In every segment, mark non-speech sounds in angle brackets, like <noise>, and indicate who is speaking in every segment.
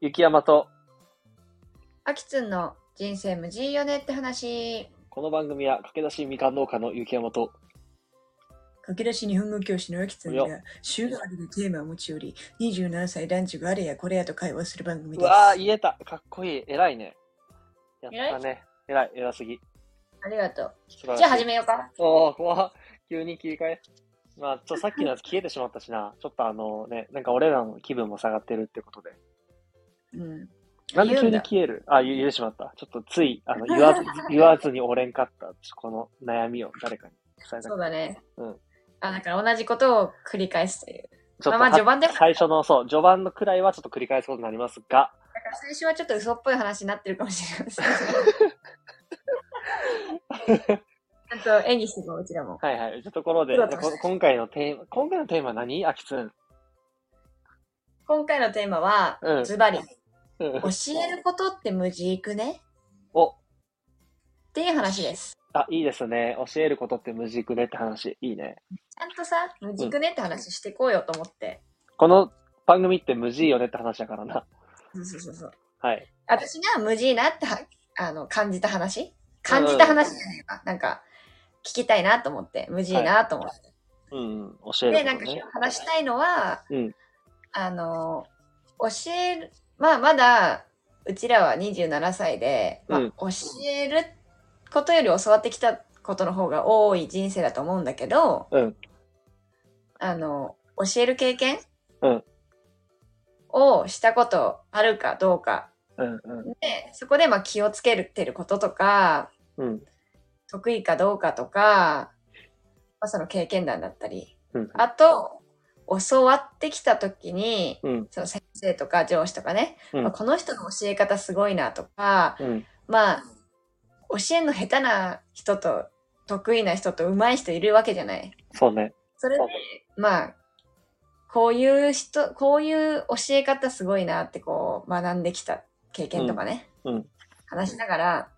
Speaker 1: 雪山と、
Speaker 2: あきつんの人生無事よねって話。
Speaker 1: この番組は駆け出しみかん農家の雪山と、
Speaker 3: 駆け出し日本語教師のあきつん
Speaker 1: よ
Speaker 3: が週替わりでテーマを持ち寄り、27歳男女があれやこれやと会話する番組
Speaker 1: う
Speaker 3: です。
Speaker 1: わー、言えた。かっこいい。偉いね。やった
Speaker 2: 偉
Speaker 1: ね。偉い。偉すぎ。
Speaker 2: ありがと
Speaker 1: 素晴ら
Speaker 2: う。
Speaker 1: しい
Speaker 2: じゃあ始めようか。
Speaker 1: おー、怖っ急に切り替え。まあ、ちょ、さっきのやつ消えてしまったしな。ちょっとあのね、なんか俺らの気分も下がってるってことで。
Speaker 2: うん。
Speaker 1: なんで急
Speaker 2: 言うん
Speaker 1: に
Speaker 2: だ
Speaker 1: 消えるあ、言言えてしまった。ちょっとつい、あの、言わ
Speaker 2: <laughs>
Speaker 1: ず、言わずにおれんかった。この悩みを誰かに伝えた
Speaker 2: そ
Speaker 1: く
Speaker 2: う
Speaker 1: て
Speaker 2: だね。
Speaker 1: うん
Speaker 2: あ、だから同じことを繰り返すという。
Speaker 1: ちょっと
Speaker 2: まあまあ序盤でも
Speaker 1: 最初の、そう、序盤のくらいはちょっと繰り返すことになりますが、
Speaker 2: だから最初はちょっと嘘っぽい話になってるかもしれない。ち
Speaker 1: <laughs>
Speaker 2: ゃんと絵にしてもうちらも。
Speaker 1: はいはい。というところで、
Speaker 2: プロとして
Speaker 1: こ今回のテーマ、今回のテーマ何あきつん。
Speaker 2: 今回のテーマは
Speaker 1: うん、
Speaker 2: ズバリ、
Speaker 1: うん
Speaker 2: 教えることって無事いくね
Speaker 1: お、
Speaker 2: っていう話です。
Speaker 1: あ、いいですね。教えることって無軸ねって話。いいね。
Speaker 2: ちゃんとさ、無事いくねって話していこうよと思って。
Speaker 1: この番組って無事よねって話だからな。
Speaker 2: そうそうそうそう。
Speaker 1: はい。
Speaker 2: 私が無事いなってはあの感じた話感じた話じゃないか。なんか、聞きたいなと思って、無事いなと思って。
Speaker 1: うん、うん。教える
Speaker 2: で、なん
Speaker 1: こ
Speaker 2: か
Speaker 1: とね
Speaker 2: 今日。話したいのは、
Speaker 1: うん
Speaker 2: あの、教える、まあまだ、うちらは27歳で、まあ
Speaker 1: うん
Speaker 2: 教えることより教わってきたことの方が多い人生だと思うんだけど、
Speaker 1: うん
Speaker 2: あの、教える経験、
Speaker 1: うん
Speaker 2: をしたことあるかどうか。
Speaker 1: うん、うん。
Speaker 2: で、そこでまあ気をつけてることとか、
Speaker 1: うん。
Speaker 2: 得意かどうかとか、まあ、その経験談だったり、
Speaker 1: うん。
Speaker 2: あと、教わってきたときに、
Speaker 1: うん。
Speaker 2: その先生とか上司とかね、
Speaker 1: うん
Speaker 2: まあこの人の教え方すごいなとか、
Speaker 1: うん。
Speaker 2: まあ、教えんの下手な人と得意な人と上手い人いるわけじゃない。
Speaker 1: そうね。
Speaker 2: それで
Speaker 1: そう、
Speaker 2: まあ、こういう人、こういう教え方すごいなってこう学んできた経験とかね、
Speaker 1: うんうん
Speaker 2: 話しながら、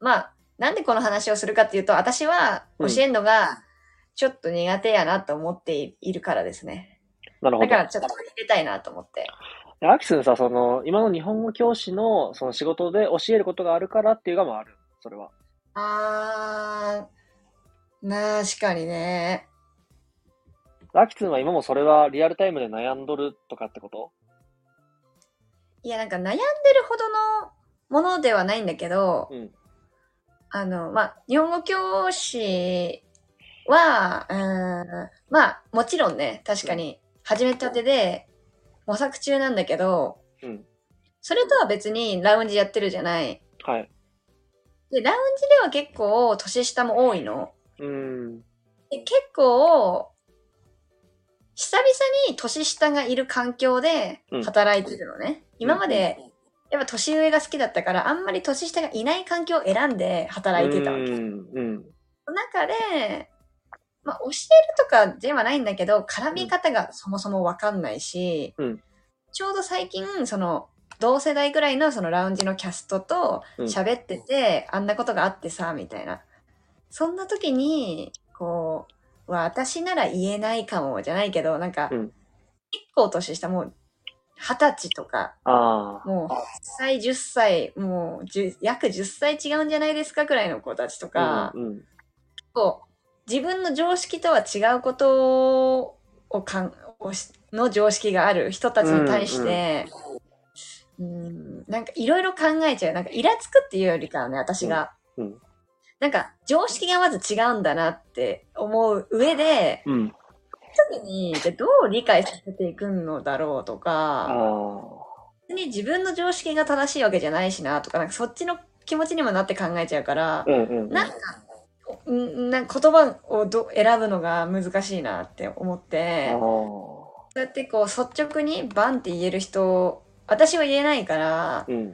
Speaker 2: まあ、なんでこの話をするかっていうと、私は
Speaker 1: う
Speaker 2: 教
Speaker 1: ん
Speaker 2: えんのがちょっと苦手やなと思っていいるからですね。
Speaker 1: なるほ
Speaker 2: だ
Speaker 1: ど
Speaker 2: か。らちょっと取り入れたいなと思って。
Speaker 1: でアキスンさ、その、今の日本語教師の、その仕事で教えることがあるからっていうがもある。それは。
Speaker 2: あー、なあ確かにね。
Speaker 1: アキスンは今もそれはリアルタイムで悩んどるとかってこと
Speaker 2: いや、なんか悩んでるほどのものではないんだけど、
Speaker 1: うん。
Speaker 2: あの、まあ、日本語教師は、うーん、まあ、もちろんね、確かに、始めたてで、模索中なんだけど、
Speaker 1: うん。
Speaker 2: それとは別にラウンジやってるじゃない。
Speaker 1: はい。
Speaker 2: で、ラウンジでは結構、年下も多いの。
Speaker 1: うーん。
Speaker 2: で、結構、久々に年下がいる環境で
Speaker 1: うん
Speaker 2: 働いてるのね。今まで、やっぱ年上が好きだったから、あんまり年下がいない環境を選んで働いてたわけ。
Speaker 1: うん。うん。
Speaker 2: の中で、まあ、教えるとかではないんだけど、絡み方がそもそもわかんないし、
Speaker 1: うん
Speaker 2: ちょうど最近、その、同世代ぐらいのそのラウンジのキャストと
Speaker 1: うん
Speaker 2: 喋ってて、あんなことがあってさ、みたいな。そんな時に、こう、わ私なら言えないかも、じゃないけど、なんか、
Speaker 1: うん
Speaker 2: 結構年下、もう、二十歳とか、
Speaker 1: ああ。
Speaker 2: もう、8歳、10歳、もう10、約10歳違うんじゃないですか、くらいの子たちとか、
Speaker 1: うんうん。
Speaker 2: こう自分の常識とは違うことをかんをしの常識がある人たちに対して、うんなんかいろいろ考えちゃうなんかイラつくっていうよりかはね私が、
Speaker 1: うんうん
Speaker 2: なんか常識がまず違うんだなって思う上で
Speaker 1: うん。
Speaker 2: 特にじゃあどう理解させていくのだろうと
Speaker 1: あ
Speaker 2: か
Speaker 1: あ。
Speaker 2: 別に自分の常識が正しいわけじゃないしなとかなんかそっちの気持ちにもなって考えちゃうから。
Speaker 1: うんうんうん。
Speaker 2: なんか、うんなんか言葉をど選ぶのが難しいなって思って、
Speaker 1: あ
Speaker 2: そうやってこう率直にバンって言える人、私は言えないから
Speaker 1: ー、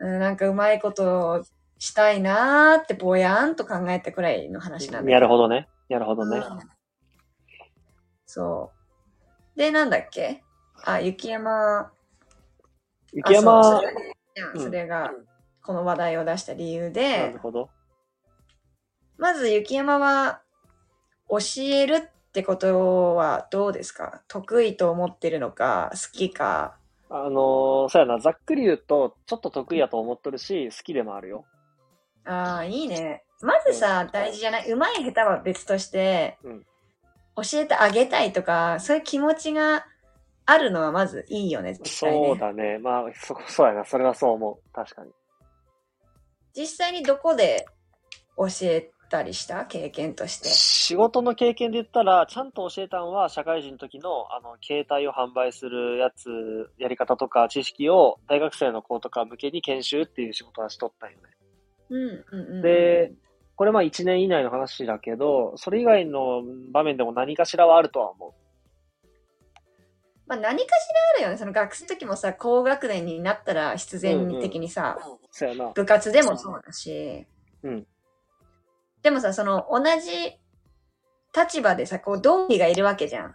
Speaker 1: うん。
Speaker 2: うん、なんかうまいことしたいなーってぼやんと考えたくらいの話なんだ
Speaker 1: なるほどね。なるほどね。
Speaker 2: うんそう。で、なんだっけあ、雪山。
Speaker 1: 雪山、
Speaker 2: あそうそれがね
Speaker 1: うん
Speaker 2: それが、この話題を出した理由
Speaker 1: な
Speaker 2: で
Speaker 1: る、ほど。
Speaker 2: まず雪山は教えるってことはどうですか得意と思ってるのか好きか
Speaker 1: あのーそうやな、ざっくり言うと、ちょっと得意やと思っとるし、好きでもあるよ。
Speaker 2: ああ、いいね。まずさ、
Speaker 1: うん
Speaker 2: 大事じゃない。上手い下手は別として、
Speaker 1: うん
Speaker 2: 教えてあげたいとか、そういう気持ちがあるのはまずいいよね、絶対ね
Speaker 1: そうだね。まあ、そこ、そうやな。それはそう思う。確かに。
Speaker 2: 実際にどこで教えたりした経験として。
Speaker 1: 仕事の経験で言ったら、ちゃんと教えたんは、社会人の時の、あの、携帯を販売するやつ、やり方とか知識を、大学生の子とか向けに研修っていう仕事はしとったんよね。
Speaker 2: うんうんうん、
Speaker 1: で、これまあ1年以内の話だけど、それ以外の場面でも何かしらはあるとは思
Speaker 2: まあ、何かしらあるよね。その学生の時もさ、高学年になったら必然的にさ、
Speaker 1: う。そうやな。
Speaker 2: 部活でもそうだし、
Speaker 1: うん
Speaker 2: でもさその同じ立場でさこう同期がいるわけじゃん、
Speaker 1: うん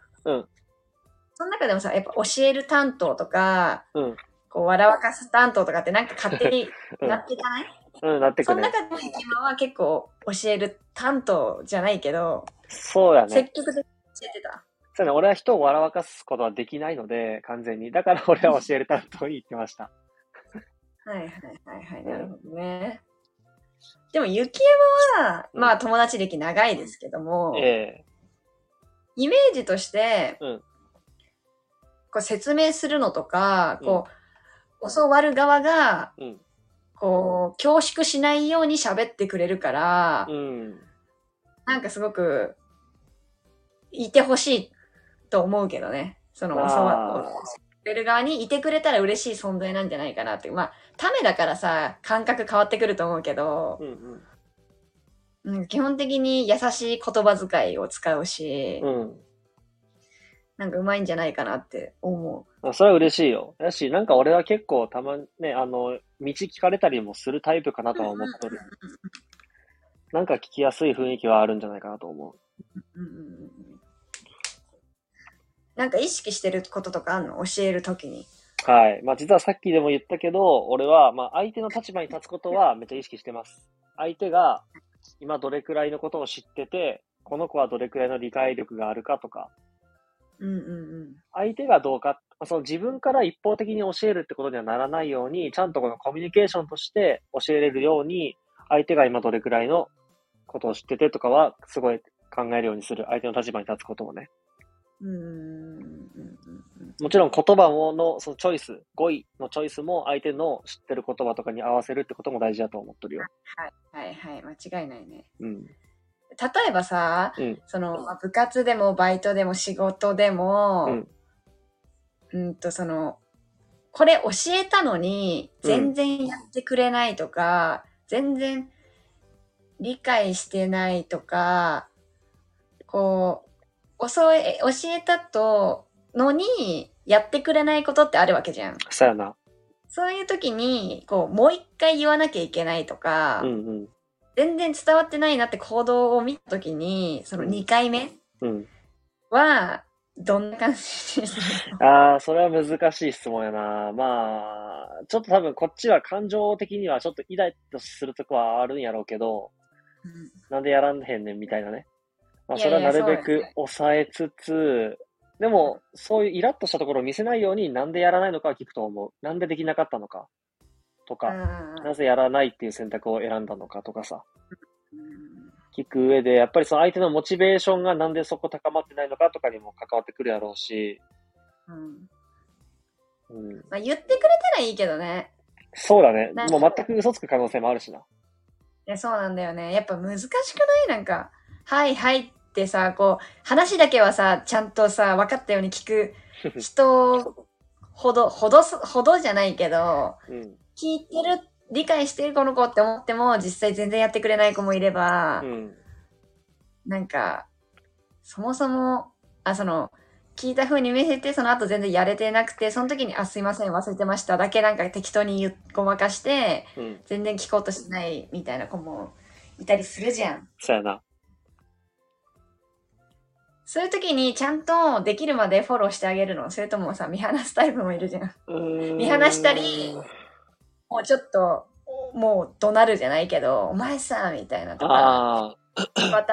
Speaker 2: その中でもさやっぱ教える担当とか、
Speaker 1: うん
Speaker 2: こう笑わかす担当とかってなんか勝
Speaker 1: <laughs>
Speaker 2: 手に
Speaker 1: うん
Speaker 2: なっていかない、
Speaker 1: うん、なって
Speaker 2: そ
Speaker 1: く
Speaker 2: の
Speaker 1: ね。
Speaker 2: 中でも今は結構教える担当じゃないけど、
Speaker 1: そうやね。
Speaker 2: 積極的に教えてた
Speaker 1: そうね、俺は人を笑わかすことはできないので、完全に。だから俺は教える担当に行ってました。
Speaker 2: はいはいはいは
Speaker 1: う
Speaker 2: い
Speaker 1: ん
Speaker 2: なるほどね、でも雪山は、
Speaker 1: うん
Speaker 2: まあ友達歴長いですけども、
Speaker 1: ええ
Speaker 2: イメージとして、
Speaker 1: うん
Speaker 2: こう説明するのとか、
Speaker 1: うん
Speaker 2: こう、教わる側が、
Speaker 1: うん
Speaker 2: こう、恐縮しないように喋ってくれるから、
Speaker 1: うん。
Speaker 2: なんかすごく、いてほしいと思うけどね。その、
Speaker 1: あー
Speaker 2: 教わ教える側にいてくれたら嬉しい存在なんじゃないかなって。まあ、ためだからさ、感覚変わってくると思うけど、
Speaker 1: うん
Speaker 2: なんか基本的に優しい言葉遣いを使うし、
Speaker 1: うん。うん
Speaker 2: なんかうまいんじゃないかなって思う。
Speaker 1: あ。それは嬉しいよ。だし、なんか俺は結構たまにね、あの、道聞かれたりもするタイプかなとは思っとる。なんか聞きやすい雰囲気はあるんじゃないかなと思う。
Speaker 2: うんうんうんうんなんか意識してることとかあんの教えるときに。
Speaker 1: はい。まあ実はさっきでも言ったけど、俺は、まあ相手の立場に立つことはめっちゃ意識してます。相手が今どれくらいのことを知ってて、この子はどれくらいの理解力があるかとか、
Speaker 2: うんうんうん。
Speaker 1: 相手がどうか、その自分から一方的に教えるってことにはならないように、ちゃんとこのコミュニケーションとして教えれるように、相手が今どれくらいのことを知っててとかは、すごい考えるようにする。相手の立場に立つこともね。
Speaker 2: うんうんうんうん
Speaker 1: もちろん言葉もの、そのチョイス、語彙のチョイスも相手の知ってる言葉とかに合わせるってことも大事だと思ってるよ。
Speaker 2: はいはい、間違いないね。
Speaker 1: うん。
Speaker 2: 例えばさ、
Speaker 1: うん
Speaker 2: そのまあ部活でもバイトでも仕事でも、うん、とその、これ教えたのに全然やってくれないとか、全然理解してないとか、こう、教え、教えたとのにやってくれないことってあるわけじゃん。
Speaker 1: そうやな。
Speaker 2: そういう時に、こう、もう一回言わなきゃいけないとか、
Speaker 1: うんうん。
Speaker 2: 全然伝わってないなって行動を見た時に、その
Speaker 1: うん
Speaker 2: 2回目
Speaker 1: うん。
Speaker 2: は、どんな感じにするの
Speaker 1: ああ、それは難しい質問やな。まあ、ちょっと多分こっちは感情的にはちょっとイライラするとこはあるんやろうけど、
Speaker 3: うん
Speaker 1: なんでやらんへんねんみたいなね。まあ、
Speaker 2: い
Speaker 1: そ
Speaker 2: やい
Speaker 1: れ
Speaker 2: や
Speaker 1: はなるべ
Speaker 2: そう
Speaker 1: く
Speaker 2: ですね
Speaker 1: 抑えつつ、でも、そういうイラッとしたところを見せないように、なんでやらないのかは聞くと思う。なんでできなかったのかとか、
Speaker 2: あー
Speaker 1: なぜやらないっていう選択を選んだのかとかさ、
Speaker 2: うん
Speaker 1: 聞く上で、やっぱりその相手のモチベーションがなんでそこ高まってないのかとかにも関わってくるやろうし、
Speaker 2: うん
Speaker 1: うん、
Speaker 2: まあ、言ってくれたらいいけどね。
Speaker 1: そうだね
Speaker 2: な。
Speaker 1: もう全く嘘つく可能性もあるしな。
Speaker 2: いや、そうなんだよね。やっぱ難しくないなんか、はいはいってさ、こう、話だけはさ、ちゃんとさ、分かったように聞
Speaker 1: <laughs>
Speaker 2: く人ほど、ほどす、ほどじゃないけど、
Speaker 1: うん。
Speaker 2: 聞いてる、理解してるこの子って思っても、実際全然やってくれない子もいれば、
Speaker 1: うん。
Speaker 2: なんか、そもそも、あ、その、聞いた風に見せて、その後全然やれてなくて、その時に、あ、すいません、忘れてました。だけなんか適当に言うごまかして、
Speaker 1: うん。
Speaker 2: 全然聞こうとしないみたいな子もいたりするじゃん。
Speaker 1: そうやな。
Speaker 2: そういう時にちゃんとできるまでフォローしてあげるのそれともさ、見放すタイプもいるじゃん。見
Speaker 1: 見
Speaker 2: 放したりもうちょっと、もう怒鳴るじゃないけど、お前さ、みたいなとか、
Speaker 1: ああ、
Speaker 2: パターンとか、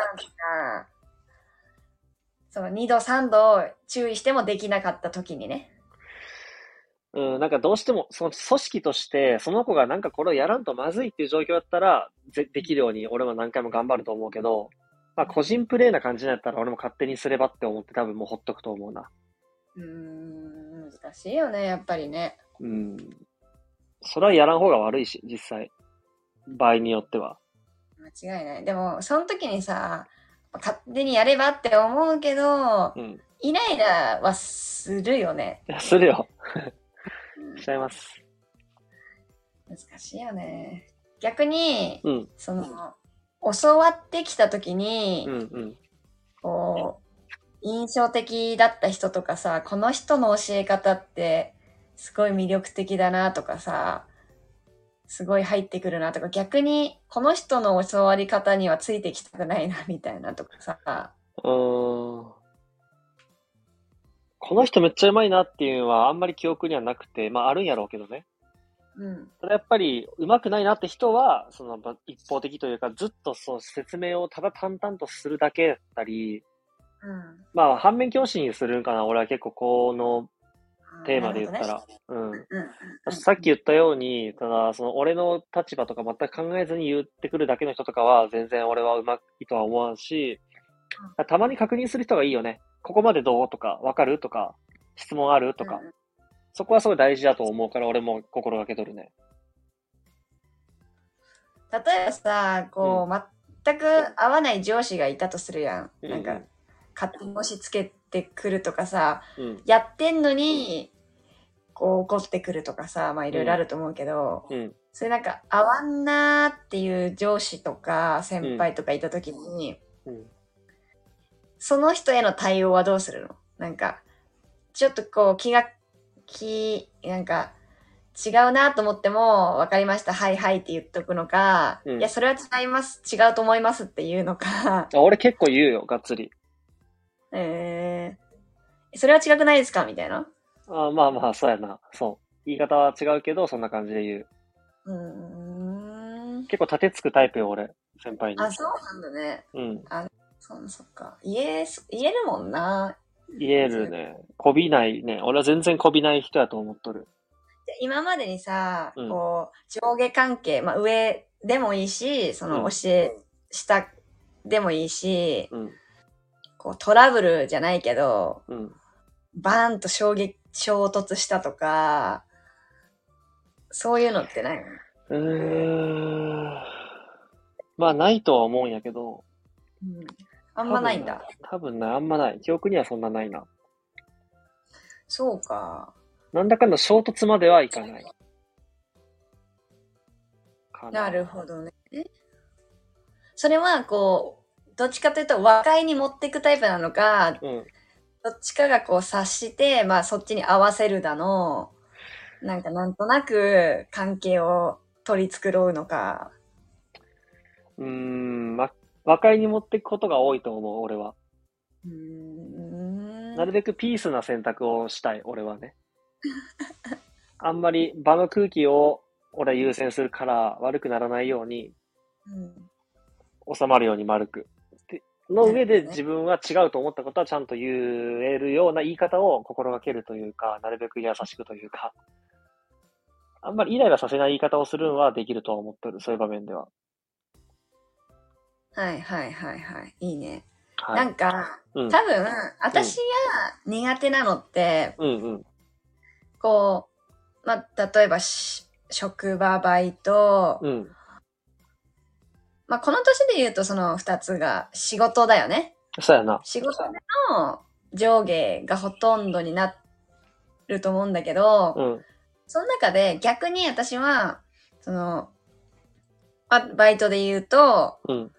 Speaker 2: その2度3度注意してもできなかった時にね。
Speaker 1: うん、なんかどうしても、その組織として、その子がなんかこれをやらんとまずいっていう状況だったら、ぜできるように俺は何回も頑張ると思うけど、まあ個人プレイな感じだったら俺も勝手にすればって思って多分もうほっとくと思うな。
Speaker 2: うーん、難しいよね、やっぱりね。
Speaker 1: うん。それはやらん方が悪いし、実際。場合によっては。
Speaker 2: 間違いない。でも、その時にさ、勝手にやればって思うけど、
Speaker 1: うん。
Speaker 2: イライラはするよね。
Speaker 1: いやするよ。 <laughs> しちゃいます。
Speaker 2: 難しいよね。逆に、
Speaker 1: うん。
Speaker 2: その、教わってきた時に、
Speaker 1: うんうん。
Speaker 2: こう、印象的だった人とかさ、この人の教え方ってすごい魅力的だなとかさ、すごい入ってくるなとか、逆にこの人の教わり方にはついてきたくないなみたいなとかさ、
Speaker 1: うーん。この人めっちゃうまいなっていうのはあんまり記憶にはなくて、まああるんやろうけどね。
Speaker 2: うん、
Speaker 1: それやっぱり上手くないなって人は、そのま一方的というか、ずっとそう説明をただ淡々とするだけだったり、
Speaker 2: うん。
Speaker 1: まあ反面教師にするんかな、俺は結構この、テーマで言ったら
Speaker 2: なるほ
Speaker 1: うん。
Speaker 2: どねうん
Speaker 1: さっき言ったように、ただ、その俺の立場とか全く考えずに言ってくるだけの人とかは、全然俺はうまいとは思わんし、たまに確認する人がいいよね。ここまでどうとか、わかるとか、質問あるとか、
Speaker 2: うん
Speaker 1: そこはすごい大事だと思うから、俺も心がけとるね。
Speaker 2: 例えばさ、こう、全く合わない上司がいたとするやん。なんか、勝手に押し付けてくるとかさ、
Speaker 1: うん、
Speaker 2: やってんのに、こう怒ってくるとかさ、まあいろいろあると思うけど、
Speaker 1: うん、
Speaker 2: それなんか合わんなーっていう上司とか先輩とかいた時に、
Speaker 1: うん。
Speaker 2: その人への対応はどうするのなんか、ちょっとこう気が、気、なんか、違うなと思っても、わかりました、はいはいって言っとくのか、
Speaker 1: うん
Speaker 2: いや、それは違います、違うと思いますっていうのか、 <laughs>
Speaker 1: あ俺結構言うよ、がっつり。
Speaker 2: えー、それは違くないですかみたいな。
Speaker 1: あまあまあ、そうやな。そう。言い方は違うけど、そんな感じで言う。
Speaker 2: うーん。
Speaker 1: 結構盾つくタイプよ、俺。先輩に。
Speaker 2: あ、そうなんだね。
Speaker 1: うん。
Speaker 2: そそっか。言えす、言えるもんな。
Speaker 1: 言えるね。こびないね。俺は全然こびない人やと思っとる。
Speaker 2: で今までにさ、
Speaker 1: うん
Speaker 2: こう、上下関係、まあ上でもいいし、その
Speaker 1: うん
Speaker 2: 教え、下でもいいし、
Speaker 1: うん。
Speaker 2: こうトラブルじゃないけど、
Speaker 1: うん。
Speaker 2: バーンと衝撃、衝突したとか、そういうのってないの
Speaker 1: うーん。まあ、ないとは思うんやけど。
Speaker 2: うん。あ
Speaker 1: あ
Speaker 2: んまないんだ。。
Speaker 1: 多分な、あんまない。記憶にはそんなないな。
Speaker 2: そうか。
Speaker 1: なんだかんだ衝突まではいかない。か
Speaker 2: なるほどね。それは、こう、どっちかというと和解に持っていくタイプなのか、
Speaker 1: ど。うん。
Speaker 2: どっちかがこう察して、まあそっちに合わせるだの、なんかなんとなく関係を取り繕うのか。
Speaker 1: うーん。ま、和解に持っていくことが多いと思う、俺は。
Speaker 2: うーん。
Speaker 1: なるべくピースな選択をしたい、俺はね。 <laughs> あんまり場の空気を俺は優先するから悪くならないように
Speaker 2: うん
Speaker 1: 収まるように丸く。での上
Speaker 2: なる
Speaker 1: で
Speaker 2: ほどね
Speaker 1: 自分は違うと思ったことはちゃんと言えるような言い方を心がけるというか、なるべく優しくというか、あんまりイライラさせない言い方をするのはできるとは思ってる、そういう場面では。
Speaker 2: はいはいはいはい。いいね。
Speaker 1: は。
Speaker 2: ないんか、
Speaker 1: うん。
Speaker 2: 多分、私が苦手なのって、
Speaker 1: うんうん。
Speaker 2: こう、まあ例えばし職場バイト、
Speaker 1: うん。
Speaker 2: まあこの年で言うとその二つが仕事だよね。
Speaker 1: そうやな。
Speaker 2: 仕事の上下がほとんどになると思うんだけど、
Speaker 1: うん。
Speaker 2: その中で逆に私は、その、まバイトで言うと、
Speaker 1: うん。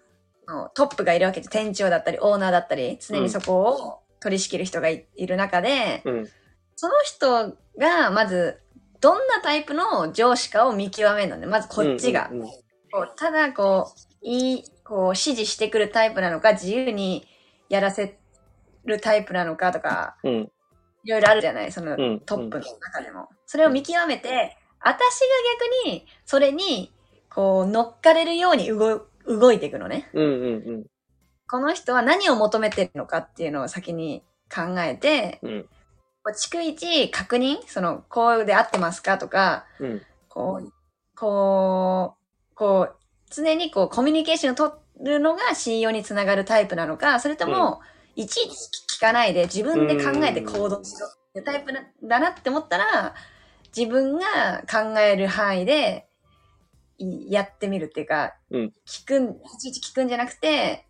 Speaker 2: あのトップがいるわけで、店長だったり、オーナーだったり、常にそこを取り仕切る人がいいる中で、
Speaker 1: うん。
Speaker 2: その人がまず、どんなタイプの上司かを見極めるのね。まずこっちが。
Speaker 1: うんうんうん
Speaker 2: こうただこう、いい、こう、指示してくるタイプなのか、自由にやらせるタイプなのかとか、
Speaker 1: うん。
Speaker 2: いろいろあるじゃない、そ
Speaker 1: う
Speaker 2: の
Speaker 1: ん
Speaker 2: トップの中でも。それを見極めて、私が逆に、それに、こう、乗っかれるように動、動いていくのね。
Speaker 1: うんうん
Speaker 2: この人は何を求めてるのかっていうのを先に考えて、
Speaker 1: うん。うん。
Speaker 2: 逐一確認、その、こうで合ってますかとか、
Speaker 1: うん
Speaker 2: こう、こう、こう、常にこう、コミュニケーションを取るのが信用につながるタイプなのか、それとも、いちいち聞かないで自分で考えて行動しろっていうタイプなだなって思ったら、自分が考える範囲でいやってみるっていうか、
Speaker 1: うん
Speaker 2: 聞くん、いちいち聞くんじゃなくて、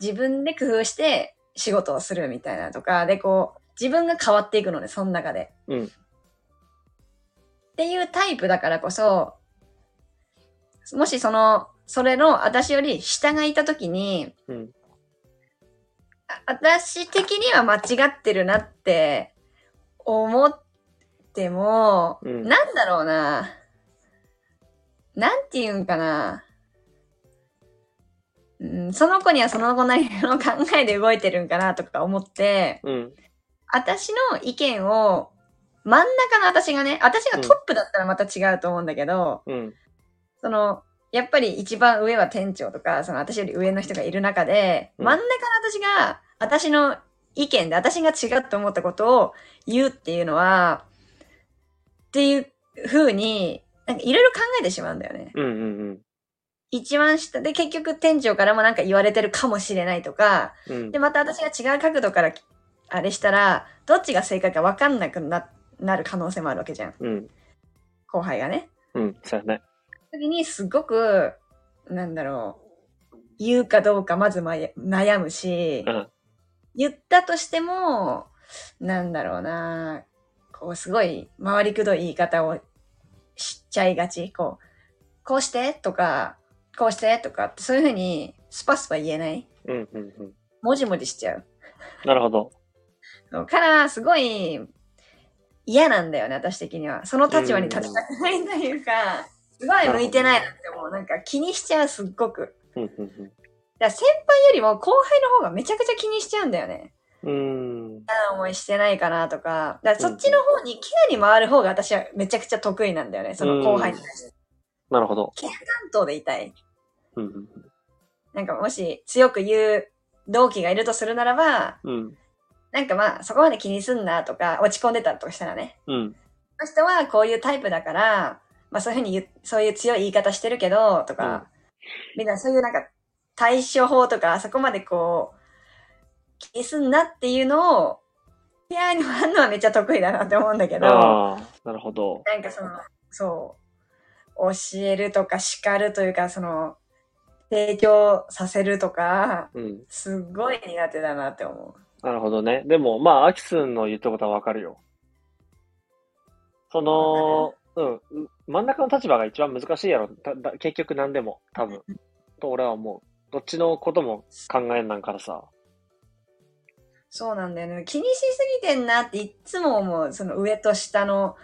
Speaker 2: 自分で工夫して仕事をするみたいなとか、でこう、自分が変わっていくので、その中で。
Speaker 1: うん
Speaker 2: っていうタイプだからこそ、もしその、それの私より下がいたときに、
Speaker 1: うん
Speaker 2: あ私的には間違ってるなって思っても、
Speaker 1: うん
Speaker 2: なんだろうな。なんて言うんかな。うん、その子にはその子なりの考えで動いてるんかなとか思って、
Speaker 1: うん。
Speaker 2: 私の意見を、真ん中の私がね、私がトップだったらまた違うと思うんだけど、
Speaker 1: うん。
Speaker 2: その、やっぱり一番上は店長とか、その私より上の人がいる中で、
Speaker 1: うん
Speaker 2: 真ん中の私が、私の意見で私が違うと思ったことを言うっていうのは、っていう風に、なんかいろいろ考えてしまうんだよね。
Speaker 1: うん。うん。
Speaker 2: 一番下で結局店長からもなんか言われてるかもしれないとか、
Speaker 1: うん
Speaker 2: で、。また私が違う角度からあれしたら、どっちが正解かわかんなくななる可能性もあるわけじゃん。
Speaker 1: うん。
Speaker 2: 後輩がね。
Speaker 1: うん。そうやね。
Speaker 2: 時にすごく、なんだろう、言うかどうかまずまや悩むし、
Speaker 1: うん
Speaker 2: 言ったとしても、なんだろうな、こうすごい回りくどい言い方をしちゃいがち。こう、こうしてとか、こうしてとかってそういうふうにスパスパ言えない。
Speaker 1: うん。うん。うん。
Speaker 2: もじもじしちゃう。
Speaker 1: なるほど。
Speaker 2: そうから、すごい嫌なんだよね、私的には。その立場に立ちたくないというか、すごい向いてないなって思う。なんか気にしちゃう、すっごく。
Speaker 1: うん。うん
Speaker 2: だから先輩よりも後輩の方がめちゃくちゃ気にしちゃうんだよね。
Speaker 1: うん。うん。
Speaker 2: 嫌な思いしてないかなとか。だからそっちの方に、ケアに回る方が私はめちゃくちゃ得意なんだよね。その後輩に対して。
Speaker 1: なるほど。
Speaker 2: 関東でいたい。
Speaker 1: うん。うん
Speaker 2: なんかもし強く言う同期がいるとするならば、
Speaker 1: うん。
Speaker 2: なんかまあそこまで気にすんなとか、落ち込んでたとしたらね。
Speaker 1: うん。
Speaker 2: この人はこういうタイプだから、まあそういうふうに言う、そういう強い言い方してるけど、とか、みんなそういうなんか対処法とか、そこまでこう、気にすんなっていうのを、ペアに回るのはめっちゃ得意だなって思うんだけど、な
Speaker 1: ああ、なるほど。
Speaker 2: んかその、そう、教えるとか叱るというか、その、提供させるとか、
Speaker 1: うん。
Speaker 2: すっごい苦手だなって思う。
Speaker 1: なるほどね。でも、まあ、アキスンの言ったことはわかるよ。その、うん。真ん中の立場が一番難しいやろ。ただ結局何でも、多分。と俺は思う。どっちのことも考えなんからさ。
Speaker 2: そうなんだよね。気にしすぎてんなっていつも思う。その上と下の、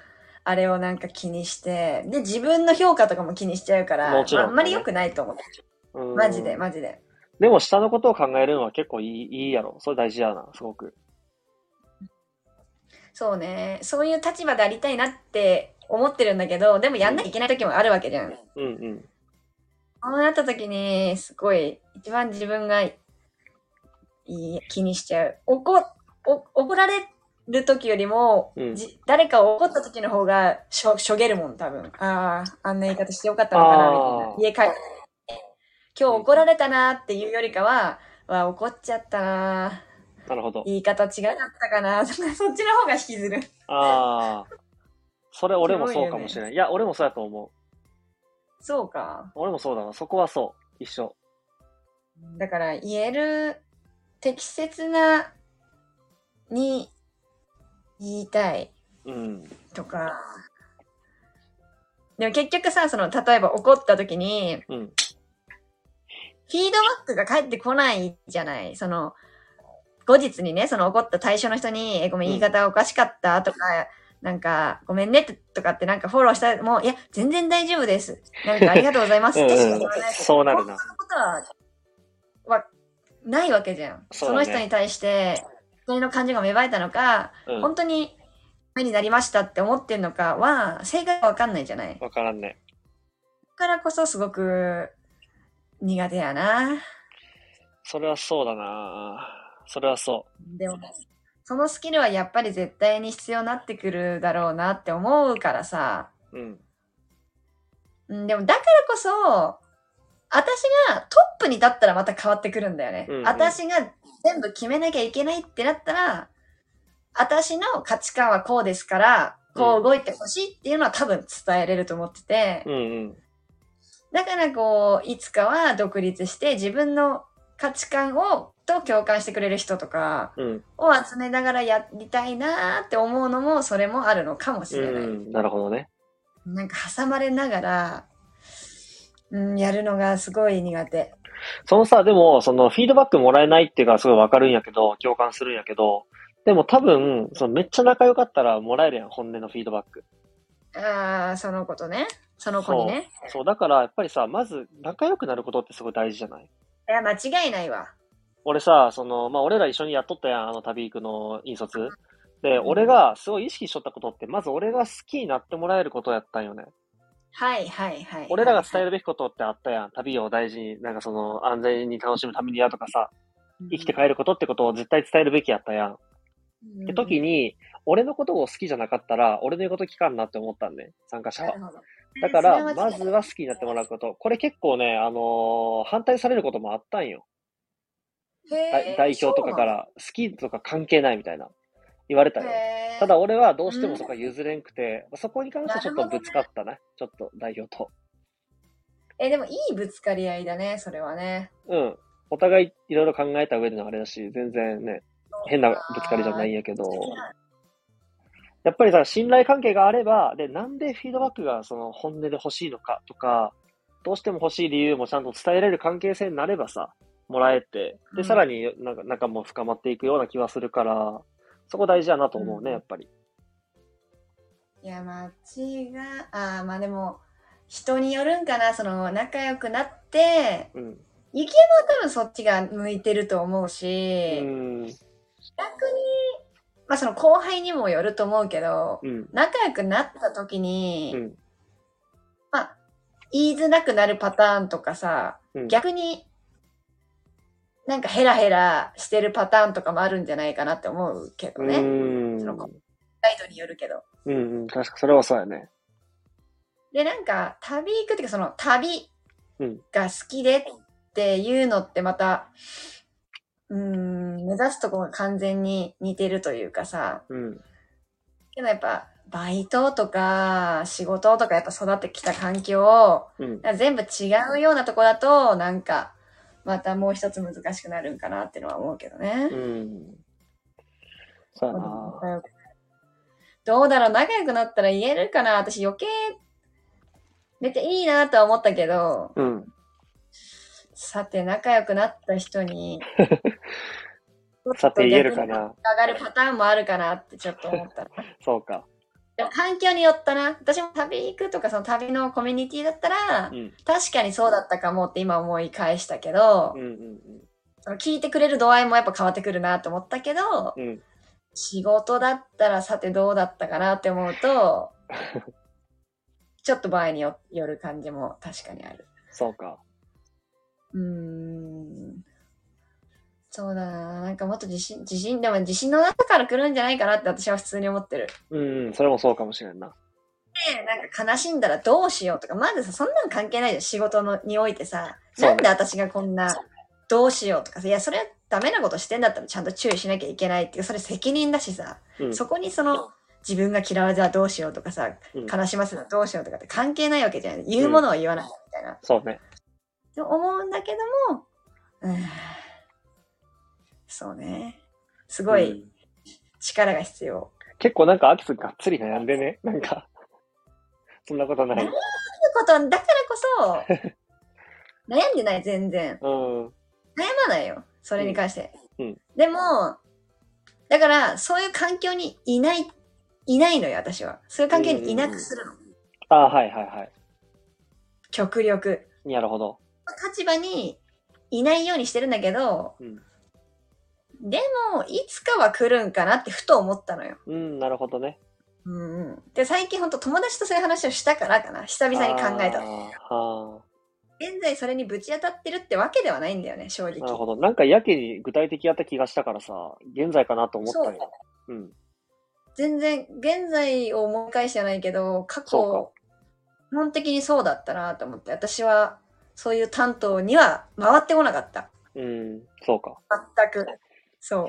Speaker 2: あれをなんか気にして、で、自分の評価とかも気にしちゃうから、
Speaker 1: もちろん
Speaker 2: まああんまり良くないと思う。
Speaker 1: うん
Speaker 2: マジで、マジで。
Speaker 1: でも下のことを考えるのは結構いいいいやろ。それ大事やな、すごく。
Speaker 2: そうね。そういう立場でありたいなって思ってるんだけど、でもやんなきゃいけない時もあるわけじゃん。
Speaker 1: うんうん。
Speaker 2: そうなった時に、すごい、一番自分がいい気にしちゃう。怒、お怒られる時よりも、
Speaker 1: うん
Speaker 2: じ誰かを怒った時の方がしょ、しょげるもん、多分。ああ、あんな言い方してよかったのかな、
Speaker 1: あー
Speaker 2: みたいな。家帰って。今日怒られたなっていうよりかは、わあ、怒っちゃったな
Speaker 1: なるほど。
Speaker 2: 言い方違かったかなとか、そっちの方が引きずる。
Speaker 1: ああ。それ俺もそうかもしれない。いや、俺もそうやと思う。
Speaker 2: そうか。
Speaker 1: 俺もそうだな。そこはそう。一緒。
Speaker 2: だから言える適切なに言いたい
Speaker 1: うん。
Speaker 2: とか。でも結局さ、その、例えば怒った時に、
Speaker 1: うん。
Speaker 2: フィードバックが返ってこないじゃない。その、後日にね、その怒った対象の人に、え、ごめん、
Speaker 1: うん。
Speaker 2: 言い方おかしかったとか、なんか、ごめんねってとかってなんかフォローしたら、もう、いや、全然大丈夫です。なんかありがとうございますってしか言わない
Speaker 1: そうなるな
Speaker 2: 本当のことは、はないわけじゃん。そ,、
Speaker 1: そうだ
Speaker 2: の
Speaker 1: ね
Speaker 2: 人に対して、人の感情が芽生えたのか、
Speaker 1: うん。
Speaker 2: 本当に目になりましたって思ってるのかは、正解がわかんないじゃない。
Speaker 1: わからんね。
Speaker 2: だからこそすごく苦手やな。
Speaker 1: それはそうだな。それはそ
Speaker 2: でも、そのスキルはやっぱり絶対に必要になってくるだろうなって思うからさ、
Speaker 1: うん。
Speaker 2: うん、でもだからこそ、私がトップに立ったらまた変わってくるんだよね。
Speaker 1: うんうん
Speaker 2: 私が全部決めなきゃいけないってなったら、私の価値観はこうですから、こう動いてほしいっていうのは多分伝えれると思ってて、
Speaker 1: うんうん。
Speaker 2: だからこう、いつかは独立して自分の価値観を、と共感してくれる人とか
Speaker 1: うん。
Speaker 2: を集めながらやりたいなーって思うのも、それもあるのかもし
Speaker 1: う
Speaker 2: れない。
Speaker 1: ん。なるほどね。
Speaker 2: なんか挟まれながら、うん、やるのがすごい苦手。
Speaker 1: そのさ、でも、そのフィードバックもらえないっていうのはすごいわかるんやけど、共感するんやけど、でも多分、そのめっちゃ仲良かったらもらえるやん、本音のフィードバック。
Speaker 2: ああ、その子とね。その子にね。
Speaker 1: そう、だからやっぱりさ、まず仲良くなることってすごい大事じゃない
Speaker 2: いや、間違いないわ。
Speaker 1: 俺さ、その、まあ、俺ら一緒にやっとったやん、あの旅行くの引率。で、俺がすごい意識しとったことって、まず俺が好きになってもらえることやったんよね。
Speaker 2: はいはいはい。
Speaker 1: 俺らが伝えるべきことってあったやん。旅を大事に、なんかその、安全に楽しむためにやとかさ、生きて帰ることってことを絶対伝えるべきやったやん。って時に、俺のことを好きじゃなかったら、俺の言うこと聞かんなって思ったんね、参加者
Speaker 2: な
Speaker 1: は
Speaker 2: る。ほど、
Speaker 1: だから、
Speaker 2: それ間
Speaker 1: ま
Speaker 2: 違いない
Speaker 1: ずは好きになってもらうこと。これ結構ね、あのー反対されることもあったんよ。だ
Speaker 2: へー
Speaker 1: 代表とかから、好きとか関係ないみたいな、言われた
Speaker 2: そう
Speaker 1: よ
Speaker 2: なん。へー
Speaker 1: ただ俺はどうしてもそこは譲れんくて、そこに関してはちょっと
Speaker 2: なるほど
Speaker 1: ぶ
Speaker 2: ね
Speaker 1: つかったね。ちょっと代表と。
Speaker 2: え、でもいいぶつかり合いだね、それはね。
Speaker 1: うん。お互いいろいろ考えた上でのあれだし、全然ね、変なぶつかりじゃないんやけど、やっぱりさ、信頼関係があれば、で、なんでフィードバックがその本音で欲しいのかとか、どうしても欲しい理由もちゃんと伝えれる関係性になればさ、もらえて、
Speaker 2: う
Speaker 1: で、
Speaker 2: ん
Speaker 1: さらになんか仲も深まっていくような気はするから、そこ大事やなと思う
Speaker 2: う
Speaker 1: ね、
Speaker 2: ん
Speaker 1: やっぱり。
Speaker 2: いや、間違い、ああ、まあでも、人によるんかな、その、仲良くなって、
Speaker 1: うん。
Speaker 2: ゆきえも多分そっちが向いてると思う
Speaker 1: う
Speaker 2: し、
Speaker 1: ん。
Speaker 2: 逆に、まあその後輩にもよると思うけど、
Speaker 1: うん。
Speaker 2: 仲良くなった時に、
Speaker 1: うん。
Speaker 2: まあ、言いづらくなるパターンとかさ、
Speaker 1: うん
Speaker 2: 逆に、なんかヘラヘラしてるパターンとかもあるんじゃないかなって思うけど
Speaker 1: う
Speaker 2: ね。
Speaker 1: ん。
Speaker 2: そのガイドによるけど。
Speaker 1: うんうん。確か、それはそうやね。
Speaker 2: で、なんか、旅行くっていうか、その旅
Speaker 1: うん
Speaker 2: が好きでっていうのってまた、うーん、目指すとこが完全に似てるというかさ、
Speaker 1: うん。
Speaker 2: けどやっぱ、バイトとか、仕事とか、やっぱ育ってきた環境を、
Speaker 1: うん。
Speaker 2: 全部違うようなとこだとなんかまたもう一つ難しくなるんかなってのは思うけどね
Speaker 1: う。ん。そうやな。
Speaker 2: どうだろう仲良くなったら言えるかな私余計めっちゃいいなとは思ったけど
Speaker 1: うん。
Speaker 2: さて仲良くなった人に
Speaker 1: さて言えるかな。
Speaker 2: 上がるパターンもあるかなってちょっと思ったな
Speaker 1: そうか。
Speaker 2: でも環境によったな私も旅行くとかその旅のコミュニティだったら、
Speaker 1: うん。
Speaker 2: 確かにそうだったかもって今思い返したけど、
Speaker 1: うんうん
Speaker 2: その聞いてくれる度合いもやっぱ変わってくるなと思ったけど、
Speaker 1: うん。うん。
Speaker 2: 仕事だったらさてどうだったかなって思うと、ちょっと場合によよる感じも確かにある。
Speaker 1: そうか。
Speaker 2: うーん。そうだな。なんかもっと自信、自信、でも自信の中から来るんじゃないかなって私は普通に思ってる。
Speaker 1: うんうん。それもそうかもしれんな。
Speaker 2: で、なんか悲しんだらどうしようとか、まずさ、そんなの関係ないじゃん。仕事のにおいてさ、
Speaker 1: そうね
Speaker 2: なんで私がこんな、どうしようとかさ、いや、それはダメなことしてんだったらちゃんと注意しなきゃいけないっていう、それ責任だしさ。
Speaker 1: うん。
Speaker 2: そこにその自分が嫌われたらどうしようとかさ、
Speaker 1: うん
Speaker 2: 悲しませたらどうしようとかって関係ないわけじゃない。言うものを言わないみたいな。
Speaker 1: そうね。
Speaker 2: と思うんだけども、うーんそうね。すご
Speaker 1: う
Speaker 2: い
Speaker 1: ん
Speaker 2: 力が必要。
Speaker 1: 結構なんかアキスがっつり悩んでね。なんか。そんなことない。
Speaker 2: ということだからこ
Speaker 1: <laughs>
Speaker 2: そ、悩んでない全然。
Speaker 1: うん。うん
Speaker 2: 悩まないよ。それに関して。
Speaker 1: うんうん
Speaker 2: でも、だからそういう環境にいない、いないのよ、私は。そういう環境にいなくするの。
Speaker 1: ああ、はいはいは
Speaker 2: 極力。
Speaker 1: い。なるほど。
Speaker 2: 立場にいないようにしてるんだけど、
Speaker 1: うん
Speaker 2: でもいつかは来るんかなってふと思ったのよ。
Speaker 1: うん、なるほどね。
Speaker 2: うんうん、で最近ほんと友達とそういう話をしたからかな久々に考えた
Speaker 1: あーは
Speaker 2: 現在それにぶち当たってるってわけではないんだよね、正直。
Speaker 1: なるほど。なんかやけに具体的やった気がしたからさ、現在かなと思ったよ。うん。
Speaker 2: 全然、現在を思い返してないけど、過
Speaker 1: そ
Speaker 2: 去、基本的にそうだったなと思って、私はそういう担当には回ってこなかった。
Speaker 1: うん、そうか。
Speaker 2: 全く。そう。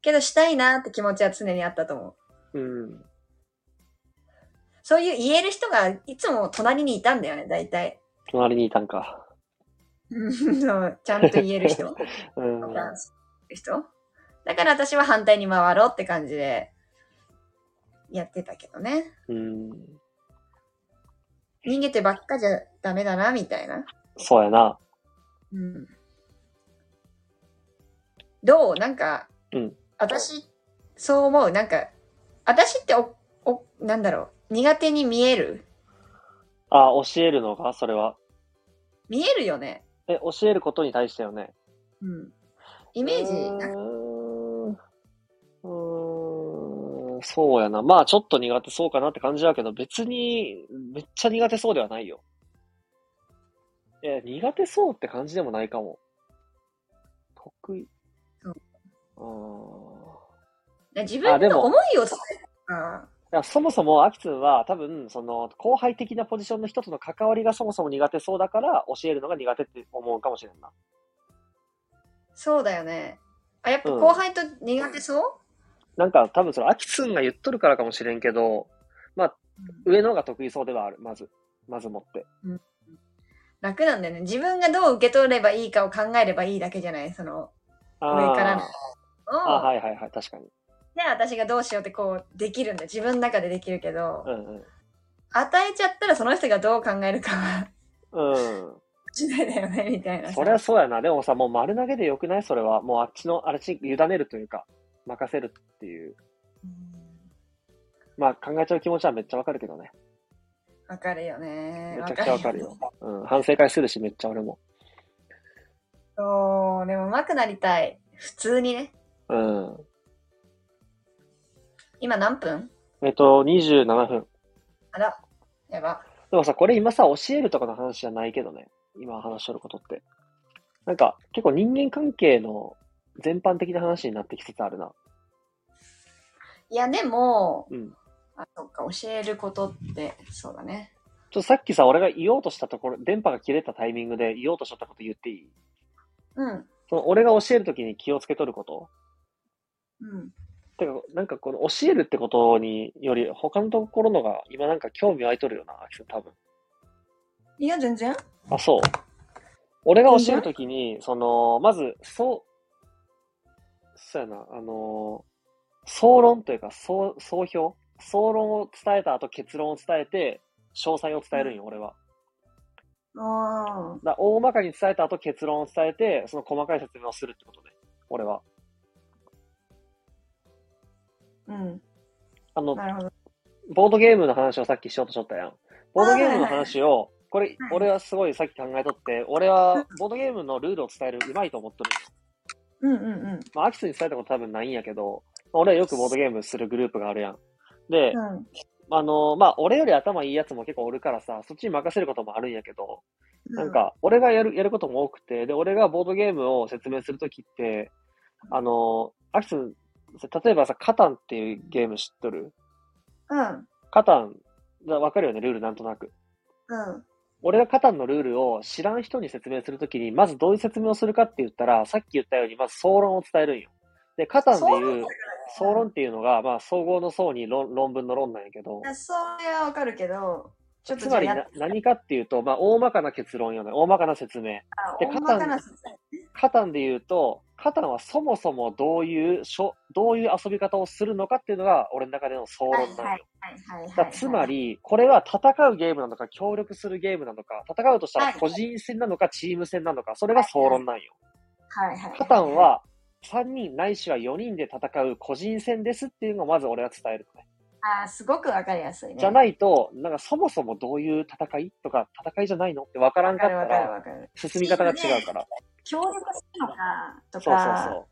Speaker 2: けど、したいなって気持ちは常にあったと思う。
Speaker 1: うん。
Speaker 2: そういう言える人がいつも隣にいたんだよね、
Speaker 1: <laughs>
Speaker 2: 大体。
Speaker 1: 隣にいたんか。
Speaker 2: うんそうちゃんと言え
Speaker 1: <laughs>
Speaker 2: る人。
Speaker 1: うん。
Speaker 2: とか人だから私は反対に回ろうって感じでやってたけどね
Speaker 1: うん。
Speaker 2: 逃げてばっかじゃダメだなみたいな、
Speaker 1: そうやな。
Speaker 2: うん、どうなんか、
Speaker 1: うん
Speaker 2: 私そう思うなんか私っておおなんだろう苦手に見える
Speaker 1: あ、教えるのかそれは。
Speaker 2: 見えるよね、
Speaker 1: え、教えることに対してよね。
Speaker 2: うん、イメージ
Speaker 1: う
Speaker 2: なんか
Speaker 1: ーんうーんそうやな。まあ、ちょっと苦手そうかなって感じだけど、別に、めっちゃ苦手そうではないよ。いや、苦手そうって感じでもないかも。得意。
Speaker 2: う
Speaker 1: うん。
Speaker 2: 自
Speaker 1: あで
Speaker 2: 分の
Speaker 1: も
Speaker 2: 思いを伝えるあ
Speaker 1: いやそもそも、アキツンは多分、その、後輩的なポジションの人との関わりがそもそも苦手そうだから、教えるのが苦手って思うかもしれんな。
Speaker 2: そうだよねあやっぱ
Speaker 1: うん
Speaker 2: 後輩と苦手そう、
Speaker 1: なんか、多分、その、アキツンが言っとるからかもしれんけど、まあ、上の方が得意そうではある、まず。まずもって。
Speaker 2: 楽なんだよね自分がどう受け取ればいいかを考えればいいだけじゃないその
Speaker 1: あー
Speaker 2: 上からの
Speaker 1: あ
Speaker 2: を
Speaker 1: はいはいはい、確かに。
Speaker 2: で私がどうしようってこうできるんだよ自分の中でできるけど、
Speaker 1: うん
Speaker 2: 与えちゃったらその人がどう考えるかは
Speaker 1: うん。うん。
Speaker 2: 時代だ
Speaker 1: <laughs>
Speaker 2: よねみたいなさ
Speaker 1: そりゃそうやな。でもさ、もう丸投げでよくないそれは。もうあっちの、あっちに委ねるというか、任せるっていう。
Speaker 2: うん
Speaker 1: まあ考えちゃう気持ちはめっちゃわかるけどね。
Speaker 2: わかるよね
Speaker 1: めちゃくちゃわかる
Speaker 2: ね
Speaker 1: よ。うん。反省会するし、めっちゃ俺も。
Speaker 2: そうでも上手くなりたい普通にね
Speaker 1: うん。
Speaker 2: 今何分
Speaker 1: えっと、27分。
Speaker 2: あらやば
Speaker 1: でもさ、これ今さ、教えるとかの話じゃないけどね。今話しとることって。なんか、結構人間関係の全般的な話になってきつつあるな。
Speaker 2: いやでも
Speaker 1: うん。
Speaker 2: あそっか教えることってそうだね
Speaker 1: ちょっとさっきさ、俺が言おうとしたところ、電波が切れたタイミングで言おうとしとったこと言っていい
Speaker 2: うん
Speaker 1: その俺が教えるときに気をつけとること
Speaker 2: うん
Speaker 1: てか、なんかこの教えるってことにより、他のところのが今なんか興味湧いとるよな、アキさん多分。
Speaker 3: いや、全然。
Speaker 1: あ、そう。俺が教えるときに、その、まず、そう、そうやな、あの、総論というか、総、総評総論を伝えた後、結論を伝えて、詳細を伝えるんよ、俺は。
Speaker 3: ああ。
Speaker 1: だ大まかに伝えた後結論を伝えて、その細かい説明をするってことね。俺は。
Speaker 3: うん。
Speaker 1: あの、
Speaker 3: なるほど。
Speaker 1: ボードゲームの話をさっきしようとしとったやん。ボードゲームの話を、これ
Speaker 3: は、い
Speaker 1: 俺はすごいさっき考えとって、俺はボードゲームのルールを伝えるうまいと思ってるんよ。
Speaker 3: うんうんうん。
Speaker 1: まあ、アキスに伝えたこと多分ないんやけど、まあ俺はよくボードゲームするグループがあるやん。で、
Speaker 3: うん
Speaker 1: あの、まあ、俺より頭いいやつも結構おるからさ、そっちに任せることもあるんやけど、なん、か、俺がやる、やることも多くて、で、俺がボードゲームを説明するときって、あの、アキス、例えばさ、カタンっていうゲーム知っとる
Speaker 3: うん。
Speaker 1: カタン、だわかるよね、ルールなんとなく。
Speaker 3: うん。
Speaker 1: 俺がカタンのルールを知らん人に説明するときに、まずどういう説明をするかって言ったら、さっき言ったように、まず総論を伝えるんよ。で、カタンで
Speaker 2: そう
Speaker 1: いう、総論っていうのが、まあ、総合の層に論論文の論なんやけど
Speaker 2: い、やそれはわかるけどちょっと
Speaker 1: つまり
Speaker 2: じゃあ
Speaker 1: な何かっていうと、まあ、大まかな結論よね、大まかな説明。
Speaker 2: あ
Speaker 1: で
Speaker 2: 大まかな説
Speaker 1: カタンで言うと、カタンはそもそもどういうしょ、どういう遊び方をするのかっていうのが、俺の中での総論なんよ。
Speaker 2: はいはいはいはいはい
Speaker 1: だからつまり、これは戦うゲームなのか、協力するゲームなのか、戦うとした
Speaker 2: は
Speaker 1: ら
Speaker 2: い
Speaker 1: 個人戦なのか、チーム戦なのか、それが総論なんよ。
Speaker 2: はいはいい
Speaker 1: カタンは3人ないしは4人で戦う個人戦ですっていうのをまず俺は伝えるのね。
Speaker 2: あーすごくわかりやすいね
Speaker 1: じゃないと、なんかそもそもどういう戦いとか、戦いじゃないのって分からん
Speaker 2: わ
Speaker 1: か
Speaker 2: か
Speaker 1: っ
Speaker 2: る
Speaker 1: た
Speaker 2: わかる
Speaker 1: ら、
Speaker 2: わかる
Speaker 1: 進み方が違うから。
Speaker 2: 協力するのかと
Speaker 1: そう
Speaker 2: か
Speaker 1: そう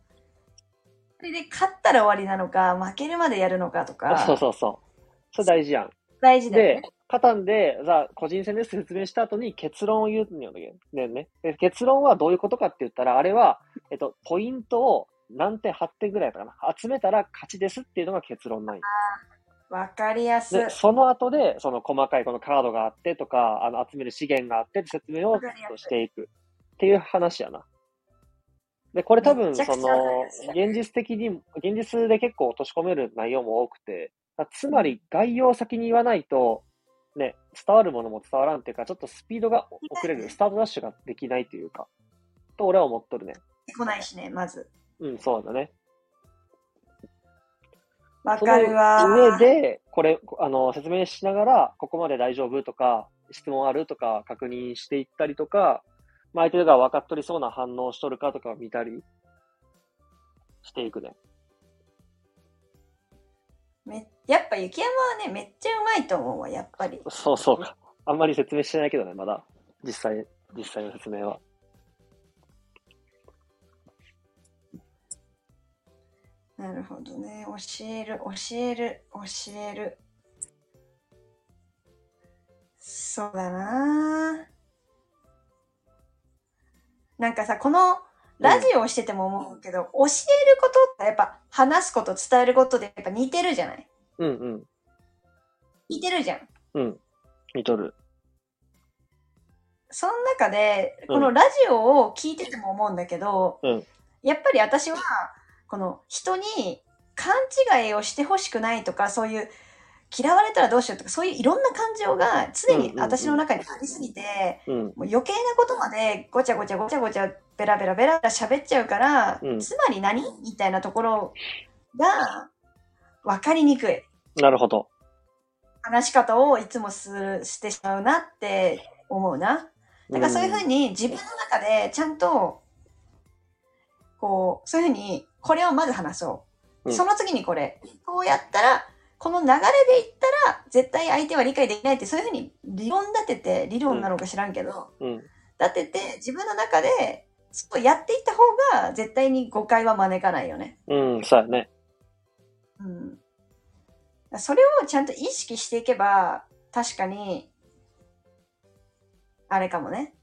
Speaker 2: それで勝ったら終わりなのか負けるまでやるのかと
Speaker 1: そう。
Speaker 2: か
Speaker 1: そうそうそう。それ大事やん。
Speaker 2: 大事だよ
Speaker 1: で
Speaker 2: ね、
Speaker 1: カタンで、じゃあ、個人戦ですって説明した後に結論を言うんよね。ねねで結論はどういうことかって言ったら、あれは、えっと、ポイントを何点、8点ぐらいだったかな。集めたら勝ちですっていうのが結論なんよ。
Speaker 2: わかりやすい。
Speaker 1: で、その後で、その細かいこのカードがあってとか、あの、集める資源があってって説明を
Speaker 2: わかりやすい
Speaker 1: していくっていう話やな。で、これ多分、
Speaker 2: めちゃ
Speaker 1: そ
Speaker 2: くち
Speaker 1: の
Speaker 2: ゃわかりやすい、
Speaker 1: 現実的に、現実で結構落とし込める内容も多くて、だつまり概要を先に言わないと、ね、伝わるものも伝わらんっていうか、ちょっとスピードが遅れる、スタートダッシュができないというか、と俺は思っとるね。
Speaker 2: 来ないしね、まず。
Speaker 1: うん、そうだね。
Speaker 2: わかるわ
Speaker 1: そ。の上で、これ、あの、説明しながら、ここまで大丈夫とか、質問あるとか確認していったりとか、まあ、相手が分かっとりそうな反応をしとるかとか見たりしていくね。
Speaker 2: めやっぱ雪山はね、めっちゃうまいと思うわ、やっぱり。
Speaker 1: そうそうか。あんまり説明してないけどね、まだ。実際、実際の説明は。
Speaker 2: なるほどね。教える、教える、教える。そうだな。なんかさ、このラジオをしてても思うけど、教えることってやっぱ話すこと、伝えることでやっぱ似てるじゃない
Speaker 1: うんうん。
Speaker 2: 似てるじゃん。
Speaker 1: うん。見とる。
Speaker 2: その中で、
Speaker 1: うん
Speaker 2: このラジオを聞いてても思うんだけど、
Speaker 1: うん
Speaker 2: やっぱり私は、この人に勘違いをしてほしくないとか、そういう嫌われたらどうしようとか、そういういろんな感情が常
Speaker 1: うんうん
Speaker 2: に
Speaker 1: うん
Speaker 2: 私の中にありすぎて、
Speaker 1: うん。
Speaker 2: もう余計なことまでごちゃごちゃごちゃごちゃベラベラベラベラ喋っちゃうから、
Speaker 1: うん
Speaker 2: つまり何みたいなところが分かりにくい。
Speaker 1: なるほど。
Speaker 2: 話し方をいつもするしてしまうなって思うな。だからそういうふう
Speaker 1: に。
Speaker 2: に自分の中でちゃんと、こう、そういうふうに、これをまず話そ
Speaker 1: う
Speaker 2: う。
Speaker 1: ん
Speaker 2: その次にこれ。こうやったら、この流れでいったら、絶対相手は理解できないって、そういうふうに理論立てて、理論なのか知らんけど、
Speaker 1: うん。
Speaker 2: 立てて、自分の中で、そうやっていった方が、絶対に誤解は招かないよね。
Speaker 1: うん、そうやね。
Speaker 2: うん。それをちゃんと意識していけば、確かに、あれかもね。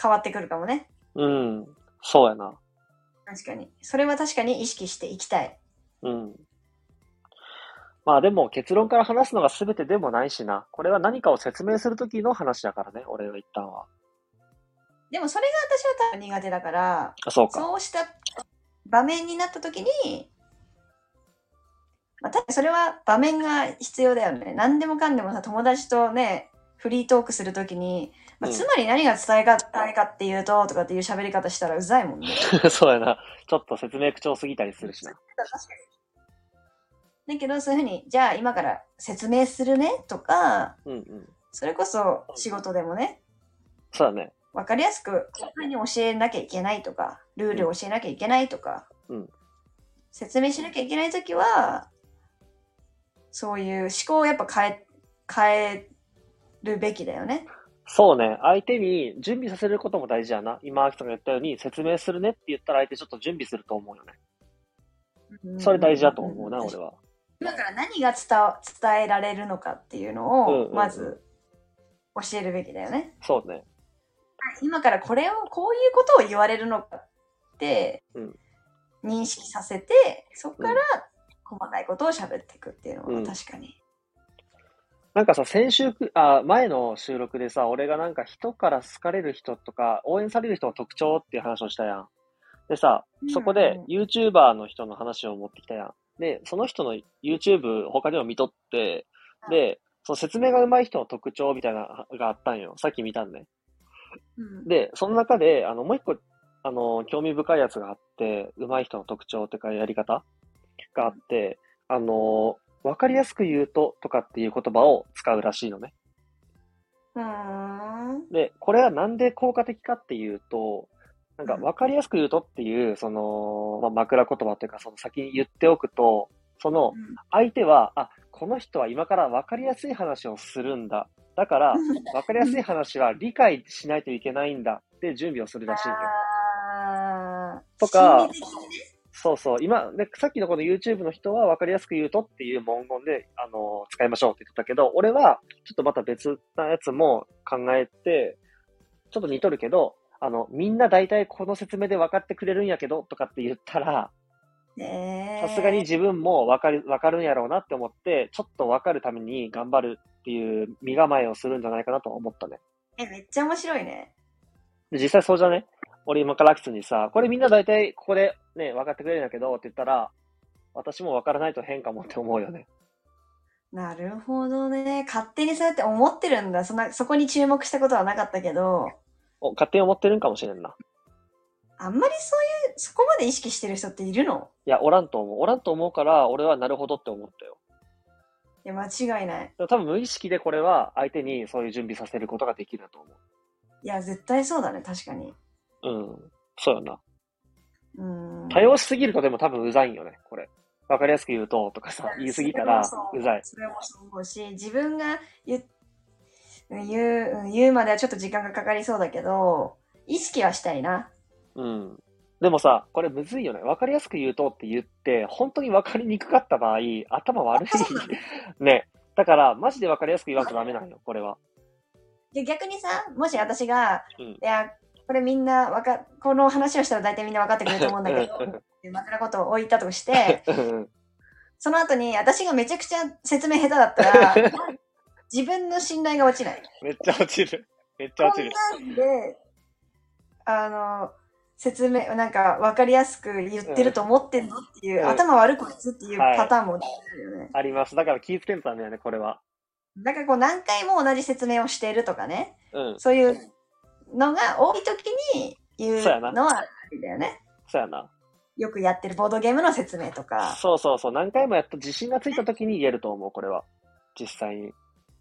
Speaker 2: 変わってくるかもね。
Speaker 1: うん。そうやな。
Speaker 2: 確かに。それは確かに意識していきたい。
Speaker 1: うん。まあでも結論から話すのが全てでもないしな。これは何かを説明するときの話だからね、俺は一旦は。
Speaker 2: でもそれが私は多分苦手だから、
Speaker 1: あ、そうか。
Speaker 2: そうした場面になった時に、まあ、確かにそれは場面が必要だよね。何でもかんでもさ、友達とね、フリートークするときに、まあ、
Speaker 1: うん
Speaker 2: つまり何が伝えがたいかっていうと、とかっていう喋り方したらうざいもんね。
Speaker 1: <laughs> そうやな。ちょっと説明口調すぎたりするしな。
Speaker 2: だけど、そういうふうに、じゃあ今から説明するねとか、
Speaker 1: うんうん。
Speaker 2: それこそ仕事でもね、
Speaker 1: そうだね。
Speaker 2: わかりやすく、こんなに教えなきゃいけないとか、ルールを教えなきゃいけないとか、
Speaker 1: うん
Speaker 2: 説明しなきゃいけないときは、そういう思考をやっぱ変え、変えるべきだよね。
Speaker 1: そうね。相手に準備させることも大事やな。今、アキさんが言ったように、説明するねって言ったら相手ちょっと準備すると思うよね。それ大事だと思うな、
Speaker 2: ん
Speaker 1: 俺は。
Speaker 2: 今から何が伝わ伝えられるのかっていう
Speaker 1: うんうん
Speaker 2: の
Speaker 1: う
Speaker 2: を、
Speaker 1: ん
Speaker 2: まず教えるべきだよね。
Speaker 1: そうね。
Speaker 2: 今からこれをこういうことを言われるのかって
Speaker 1: うん
Speaker 2: 認識させて、そこから細かいことを喋っていくっていう
Speaker 1: う
Speaker 2: の
Speaker 1: ん
Speaker 2: は確かに。
Speaker 1: なんかさ、先週く、あ、前の収録でさ、俺がなんか人から好かれる人とか、応援される人の特徴っていう話をしたやん。でさ、そこで YouTuber の人の話を持ってきたやん。で、その人の YouTube 他でも見とって、で、その説明が上手い人の特徴みたいなのがあったんよ。さっき見たんね。
Speaker 2: うん
Speaker 1: で、その中で、あの、もう一個、あの、興味深いやつがあって、上手い人の特徴っていうか、やり方があって、あの、わかりやすく言うと、とかっていう言葉を使うらしいのね。
Speaker 2: うーん。
Speaker 1: で、これはなんで効果的かっていうと、なんか
Speaker 2: うん
Speaker 1: 分かりやすく言うとっていう、その、まあ、枕言葉というか、その先に言っておくと、その相手は、あ、この人は今から分かりやすい話をするんだ。だから、分かりやすい話は理解しないといけないんだって準備をするらしいんよ。
Speaker 2: あー
Speaker 1: とか
Speaker 2: 心理的にね
Speaker 1: そうそう。今、ね、さっきのこの YouTube の人は分かりやすく言うとっていう文言で、あの使いましょうって言ってたけど、俺はちょっとまた別なやつも考えて、ちょっと似とるけど、あの、みんな大体この説明で分かってくれるんやけど、とかって言ったら、
Speaker 2: ねえ
Speaker 1: さすがに自分も分かる、分かるんやろうなって思って、ちょっと分かるために頑張るっていう身構えをするんじゃないかなとは思ったね。
Speaker 2: え、めっちゃ面白いね。
Speaker 1: で実際そうじゃね俺今からアキスにさ、これみんな大体ここでね、分かってくれるんだけどって言ったら、私も分からないと変かもって思うよね。
Speaker 2: なるほどね。勝手にそうやって思ってるんだ。そんな、そこに注目したことはなかったけど、
Speaker 1: お勝手に思ってるんかもしれんな。
Speaker 2: あんまりそういう、そこまで意識してる人っているの
Speaker 1: いや、おらんと思う。おらんと思うから、俺はなるほどって思ったよ。
Speaker 2: いや、間違いない。
Speaker 1: でも多分無意識でこれは相手にそういう準備させることができると思
Speaker 2: いや、絶対そうだね。確かに。
Speaker 1: う。うん。そうよな。
Speaker 2: うーん。
Speaker 1: 多様しすぎるとでも多分うざいんよね、これ。わかりやすく言うと、とかさ、言いすぎたら
Speaker 2: それもそう
Speaker 1: ざい。
Speaker 2: それもそう思うし、自分が言う言ううん言うまではちょっと時間がかかりそうだけど、意識はしたいな。
Speaker 1: うん。でもさ、これむずいよね。わかりやすく言うとって言って、本当にわかりにくかった場合、頭悪い。 <laughs> ね。だから、マジでわかりやすく言わんとダメなん
Speaker 2: <laughs>
Speaker 1: よ、これは。
Speaker 2: で逆にさ、もし私が、
Speaker 1: うん
Speaker 2: いや、これみんなわか、この話をしたら大体みんな分かってくれると思うんだけど、
Speaker 1: うん
Speaker 2: っていうまくなことを置いた
Speaker 1: <laughs>
Speaker 2: として、
Speaker 1: うん
Speaker 2: その後に私がめちゃくちゃ説明下手だったら、自分の信頼が落ちない。
Speaker 1: めっちゃ落ちる。めっちゃ落
Speaker 2: こ
Speaker 1: ちる。
Speaker 2: んなんで、あの、説明、なんか分かりやすく言ってると思ってんのっていう、
Speaker 1: うん
Speaker 2: 頭悪くいつっていう
Speaker 1: はい
Speaker 2: パターンもあるよね。
Speaker 1: あります。だから気ぃつけんとダメだね、これは。
Speaker 2: だからこう何回も同じ説明をしているとかね、
Speaker 1: うん。
Speaker 2: そういうのが多い時に言う
Speaker 1: そうやな
Speaker 2: のはありだよね。
Speaker 1: そうやな。
Speaker 2: よくやってるボードゲームの説明とか。
Speaker 1: そうそうそう。何回もやった自信がついた時に言えると思う、これは。実際に。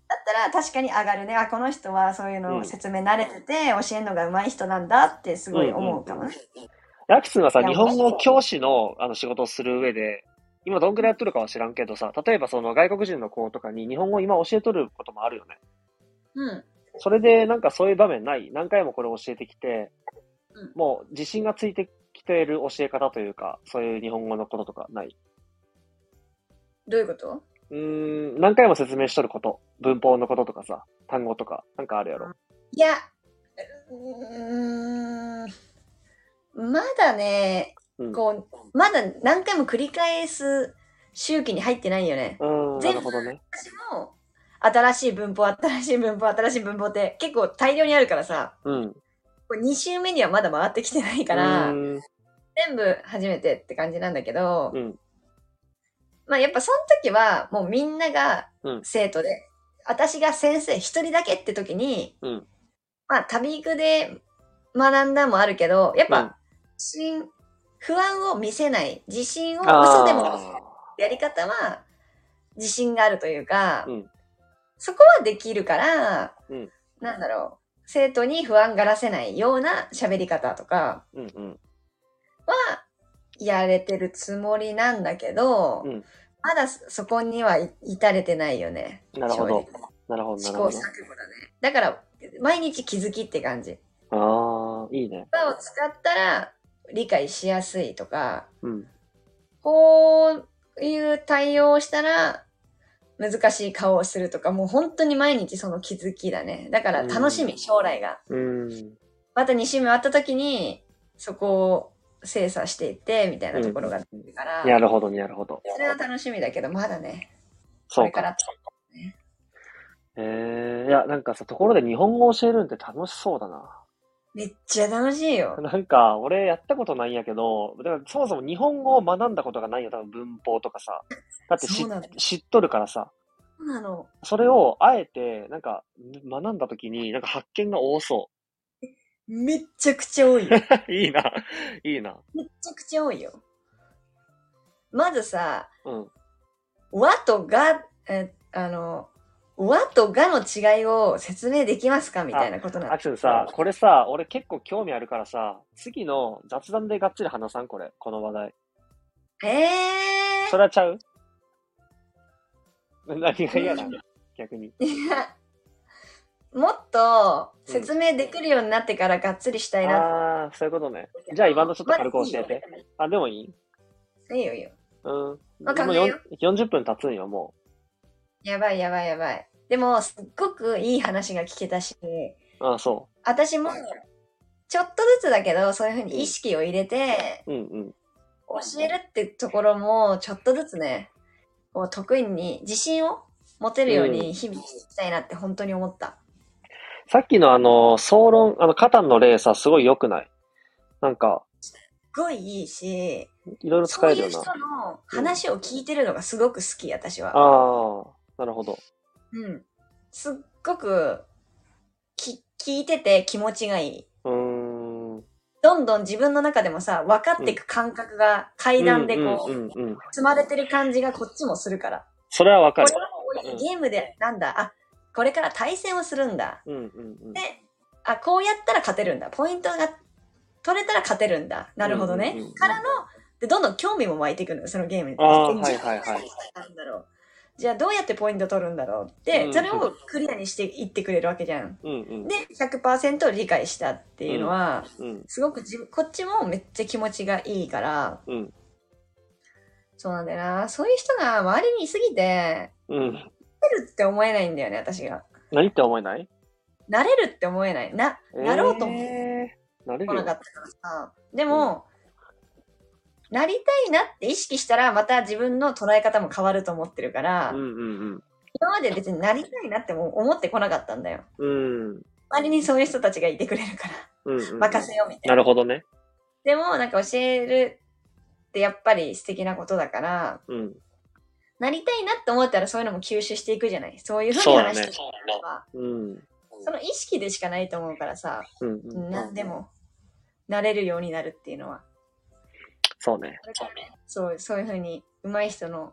Speaker 2: だったら確かに上がるね。あ、この人はそういうのを説明慣れてて、教えるのが上手い人なんだってすごい思うかもね。
Speaker 1: ラキスンはさ、
Speaker 2: いや
Speaker 1: 日本語教師のあの仕事をする上で、今どんくらいやっとるかは知らんけどさ、例えばその外国人の子とかに日本語を今教えとることもあるよね。
Speaker 2: うん。
Speaker 1: それでなんかそういう場面ない何回もこれ教えてきて
Speaker 2: うん、
Speaker 1: もう自信がついてきている教え方というか、そういう日本語のこととかない。
Speaker 2: どういうこと
Speaker 1: うーん、何回も説明しとること、文法のこととかさ、単語とか、なんかあるやろ。
Speaker 2: いや、うーん、まだね、
Speaker 1: うん。
Speaker 2: こう、まだ何回も繰り返す周期に入ってないよね。
Speaker 1: うん、な
Speaker 2: 全部
Speaker 1: るほどね。
Speaker 2: 私も新しい文法、新しい文法、新しい文法って結構大量にあるからさ、
Speaker 1: うん。
Speaker 2: これ2週目にはまだ回ってきてないから、
Speaker 1: うん
Speaker 2: 全部初めてって感じなんだけど、
Speaker 1: うん。
Speaker 2: まあやっぱその時はもうみんなが
Speaker 1: うん
Speaker 2: 生徒で、私が先生一人だけって時に、
Speaker 1: うん
Speaker 2: まあ旅育で学んだもあるけど、やっ
Speaker 1: うん
Speaker 2: ぱ、自信不安を見せない、自信を
Speaker 1: あー
Speaker 2: 嘘でもやり方は自信があるというか、
Speaker 1: うん
Speaker 2: そこはできるから、
Speaker 1: うん
Speaker 2: なんだろう、生徒に不安がらせないような喋り方とか
Speaker 1: うんうん。
Speaker 2: はやれてるつもりなんだけど、
Speaker 1: うん
Speaker 2: まだそそこにはい至れてないよね。
Speaker 1: なるほど
Speaker 2: 正直
Speaker 1: なるほど、な
Speaker 2: 試
Speaker 1: る
Speaker 2: 行
Speaker 1: ほ
Speaker 2: 錯誤だね。だから、毎日気づきって感じ。
Speaker 1: ど。ああ、いいね。
Speaker 2: 言葉を使ったら理解しやすいとか、
Speaker 1: うん。
Speaker 2: こういう対応をしたら難しい顔をするとか、もう本当に毎日その気づきだね。だから楽しみ、
Speaker 1: うん
Speaker 2: 将来が。
Speaker 1: うん。
Speaker 2: また2週目終わった時に、そこを精査していって、みたいなところが出てくるから、
Speaker 1: なるほど、なるほど。
Speaker 2: それは楽しみだけど、まだね、こ
Speaker 1: そう
Speaker 2: れか
Speaker 1: か。
Speaker 2: ら。
Speaker 1: えー、いや、なんかさ、ところで日本語教えるんって楽しそうだな。
Speaker 2: めっちゃ楽しいよ。
Speaker 1: なんか、俺やったことないんやけど、だからそもそも日本語を学んだことがないよ、多分文法とかさ。だって
Speaker 2: そ
Speaker 1: し
Speaker 2: うなの
Speaker 1: 知っとるからさ。
Speaker 2: そうなの。
Speaker 1: それを、あえて、なんか、学んだときに、なんか発見が多そ
Speaker 2: めっちゃくちゃ多いよ。めっ
Speaker 1: う。 <laughs> いいな、いいな。
Speaker 2: ちゃくちゃ多いよ。まずさ、
Speaker 1: うん。
Speaker 2: 和とが、えあの、和とがの違いを説明できますかみたいなことな
Speaker 1: ア
Speaker 2: の
Speaker 1: クションさ、これさ、俺結構興味あるからさ、次の雑談でがっつり話さん、これ、この話題。
Speaker 2: え
Speaker 1: それはちゃう <laughs> 何が嫌なの逆に。
Speaker 2: ー、いやもっと説明できるようになってからがっつりしたいなっ
Speaker 1: ああー、そういうことね。じゃあ今のちょっと軽く教えて。あ、でもいい
Speaker 2: いいよいいよ。
Speaker 1: うん。
Speaker 2: まあ
Speaker 1: でも
Speaker 2: 考え
Speaker 1: よん
Speaker 2: よ
Speaker 1: 40分経つんよ、も
Speaker 2: やばいやばいやばい。でも、すっごくいい話が聞けたし、
Speaker 1: う。ああ、そ
Speaker 2: 私も、ちょっとずつだけど、そういうふうに意識を入れて、
Speaker 1: う。うんうん。
Speaker 2: 教えるってところも、ちょっとずつね、こう得意に、自信を持てるように日々していきたいなって本当に思った。
Speaker 1: さっきのあの、総論、あの、カタンの例さ、すごい良くないなんか、
Speaker 2: すごいいいし、
Speaker 1: いろいろ使
Speaker 2: そう
Speaker 1: え
Speaker 2: い
Speaker 1: る
Speaker 2: う
Speaker 1: よ
Speaker 2: 人
Speaker 1: な。
Speaker 2: の話を聞いてるのがすごく好き、私は。
Speaker 1: ああ、なるほど。
Speaker 2: うん。すっごくき聞いてて気持ちがいい。
Speaker 1: うーん。
Speaker 2: どんどん自分の中でもさ、分かっていく感覚が階段でこう、
Speaker 1: うんうんうんうん。
Speaker 2: 積まれてる感じがこっちもするから。
Speaker 1: それはわ
Speaker 2: こ
Speaker 1: か
Speaker 2: れ
Speaker 1: る。
Speaker 2: はもうゲームでなんだ、あ、これから対戦をするんだ。
Speaker 1: うんうんうん。
Speaker 2: あ、こうやったら勝てるんだ。ポイントが取れたら勝てるんだ。なるほどね。
Speaker 1: うんうんうんうん
Speaker 2: からの、で、どんどん興味も湧いてくるのよ、そのゲームに。
Speaker 1: ああ
Speaker 2: で
Speaker 1: はいはいはい。
Speaker 2: じゃあなんだろうじゃあどうやってポイント取るんだろうって、
Speaker 1: うん
Speaker 2: それをクリアにしていってくれるわけじゃん。
Speaker 1: うんうん。
Speaker 2: で100%理解したっていうのは、
Speaker 1: うん
Speaker 2: すごく自分こっちもめっちゃ気持ちがいいから
Speaker 1: うん
Speaker 2: そうなんだよなそういう人が周りにいすぎて
Speaker 1: うん。
Speaker 2: なれるって思えないんだよね私が
Speaker 1: 何って思えない
Speaker 2: なれるって思えないななろうと思って
Speaker 1: えーなれ
Speaker 2: こ
Speaker 1: る
Speaker 2: なか
Speaker 1: よ
Speaker 2: っ。たからさでも、なりたいなって意識したらまた自分の捉え方も変わると思ってるから、
Speaker 1: うんうん
Speaker 2: 今まで別になりたいなっても思ってこなかったんだよ
Speaker 1: うん。うん。
Speaker 2: 周りにそういう人たちがいてくれるから
Speaker 1: うんうんうん
Speaker 2: 任せようみたいな
Speaker 1: なるほどね。
Speaker 2: でもなんか教えるってやっぱり素敵なことだから
Speaker 1: うん。
Speaker 2: なりたいなって思ったらそういうのも吸収していくじゃないそういうふう
Speaker 1: そう
Speaker 2: に
Speaker 1: だね
Speaker 2: 話していくのは
Speaker 1: うん。
Speaker 2: その意識でしかないと思うからさ
Speaker 1: うんうん。
Speaker 2: 何でもなれるようになるっていうのは
Speaker 1: そうね。
Speaker 2: これからねそうそういうふうに上手い人の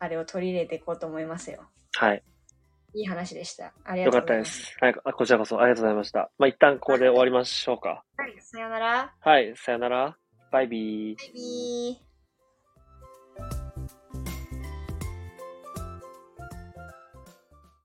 Speaker 2: あれを取り入れていこうと思いますよ
Speaker 1: はい。
Speaker 2: いい話でしたありが
Speaker 1: よ
Speaker 2: と
Speaker 1: か
Speaker 2: う
Speaker 1: っ
Speaker 2: ご
Speaker 1: た
Speaker 2: ざい
Speaker 1: で
Speaker 2: ます
Speaker 1: す。はい。あこちらこそありがとうございました。まあ、一旦ここで終わりましょうか。
Speaker 2: はいさようなら
Speaker 1: はい。さよなら。バイビー。
Speaker 2: バイビー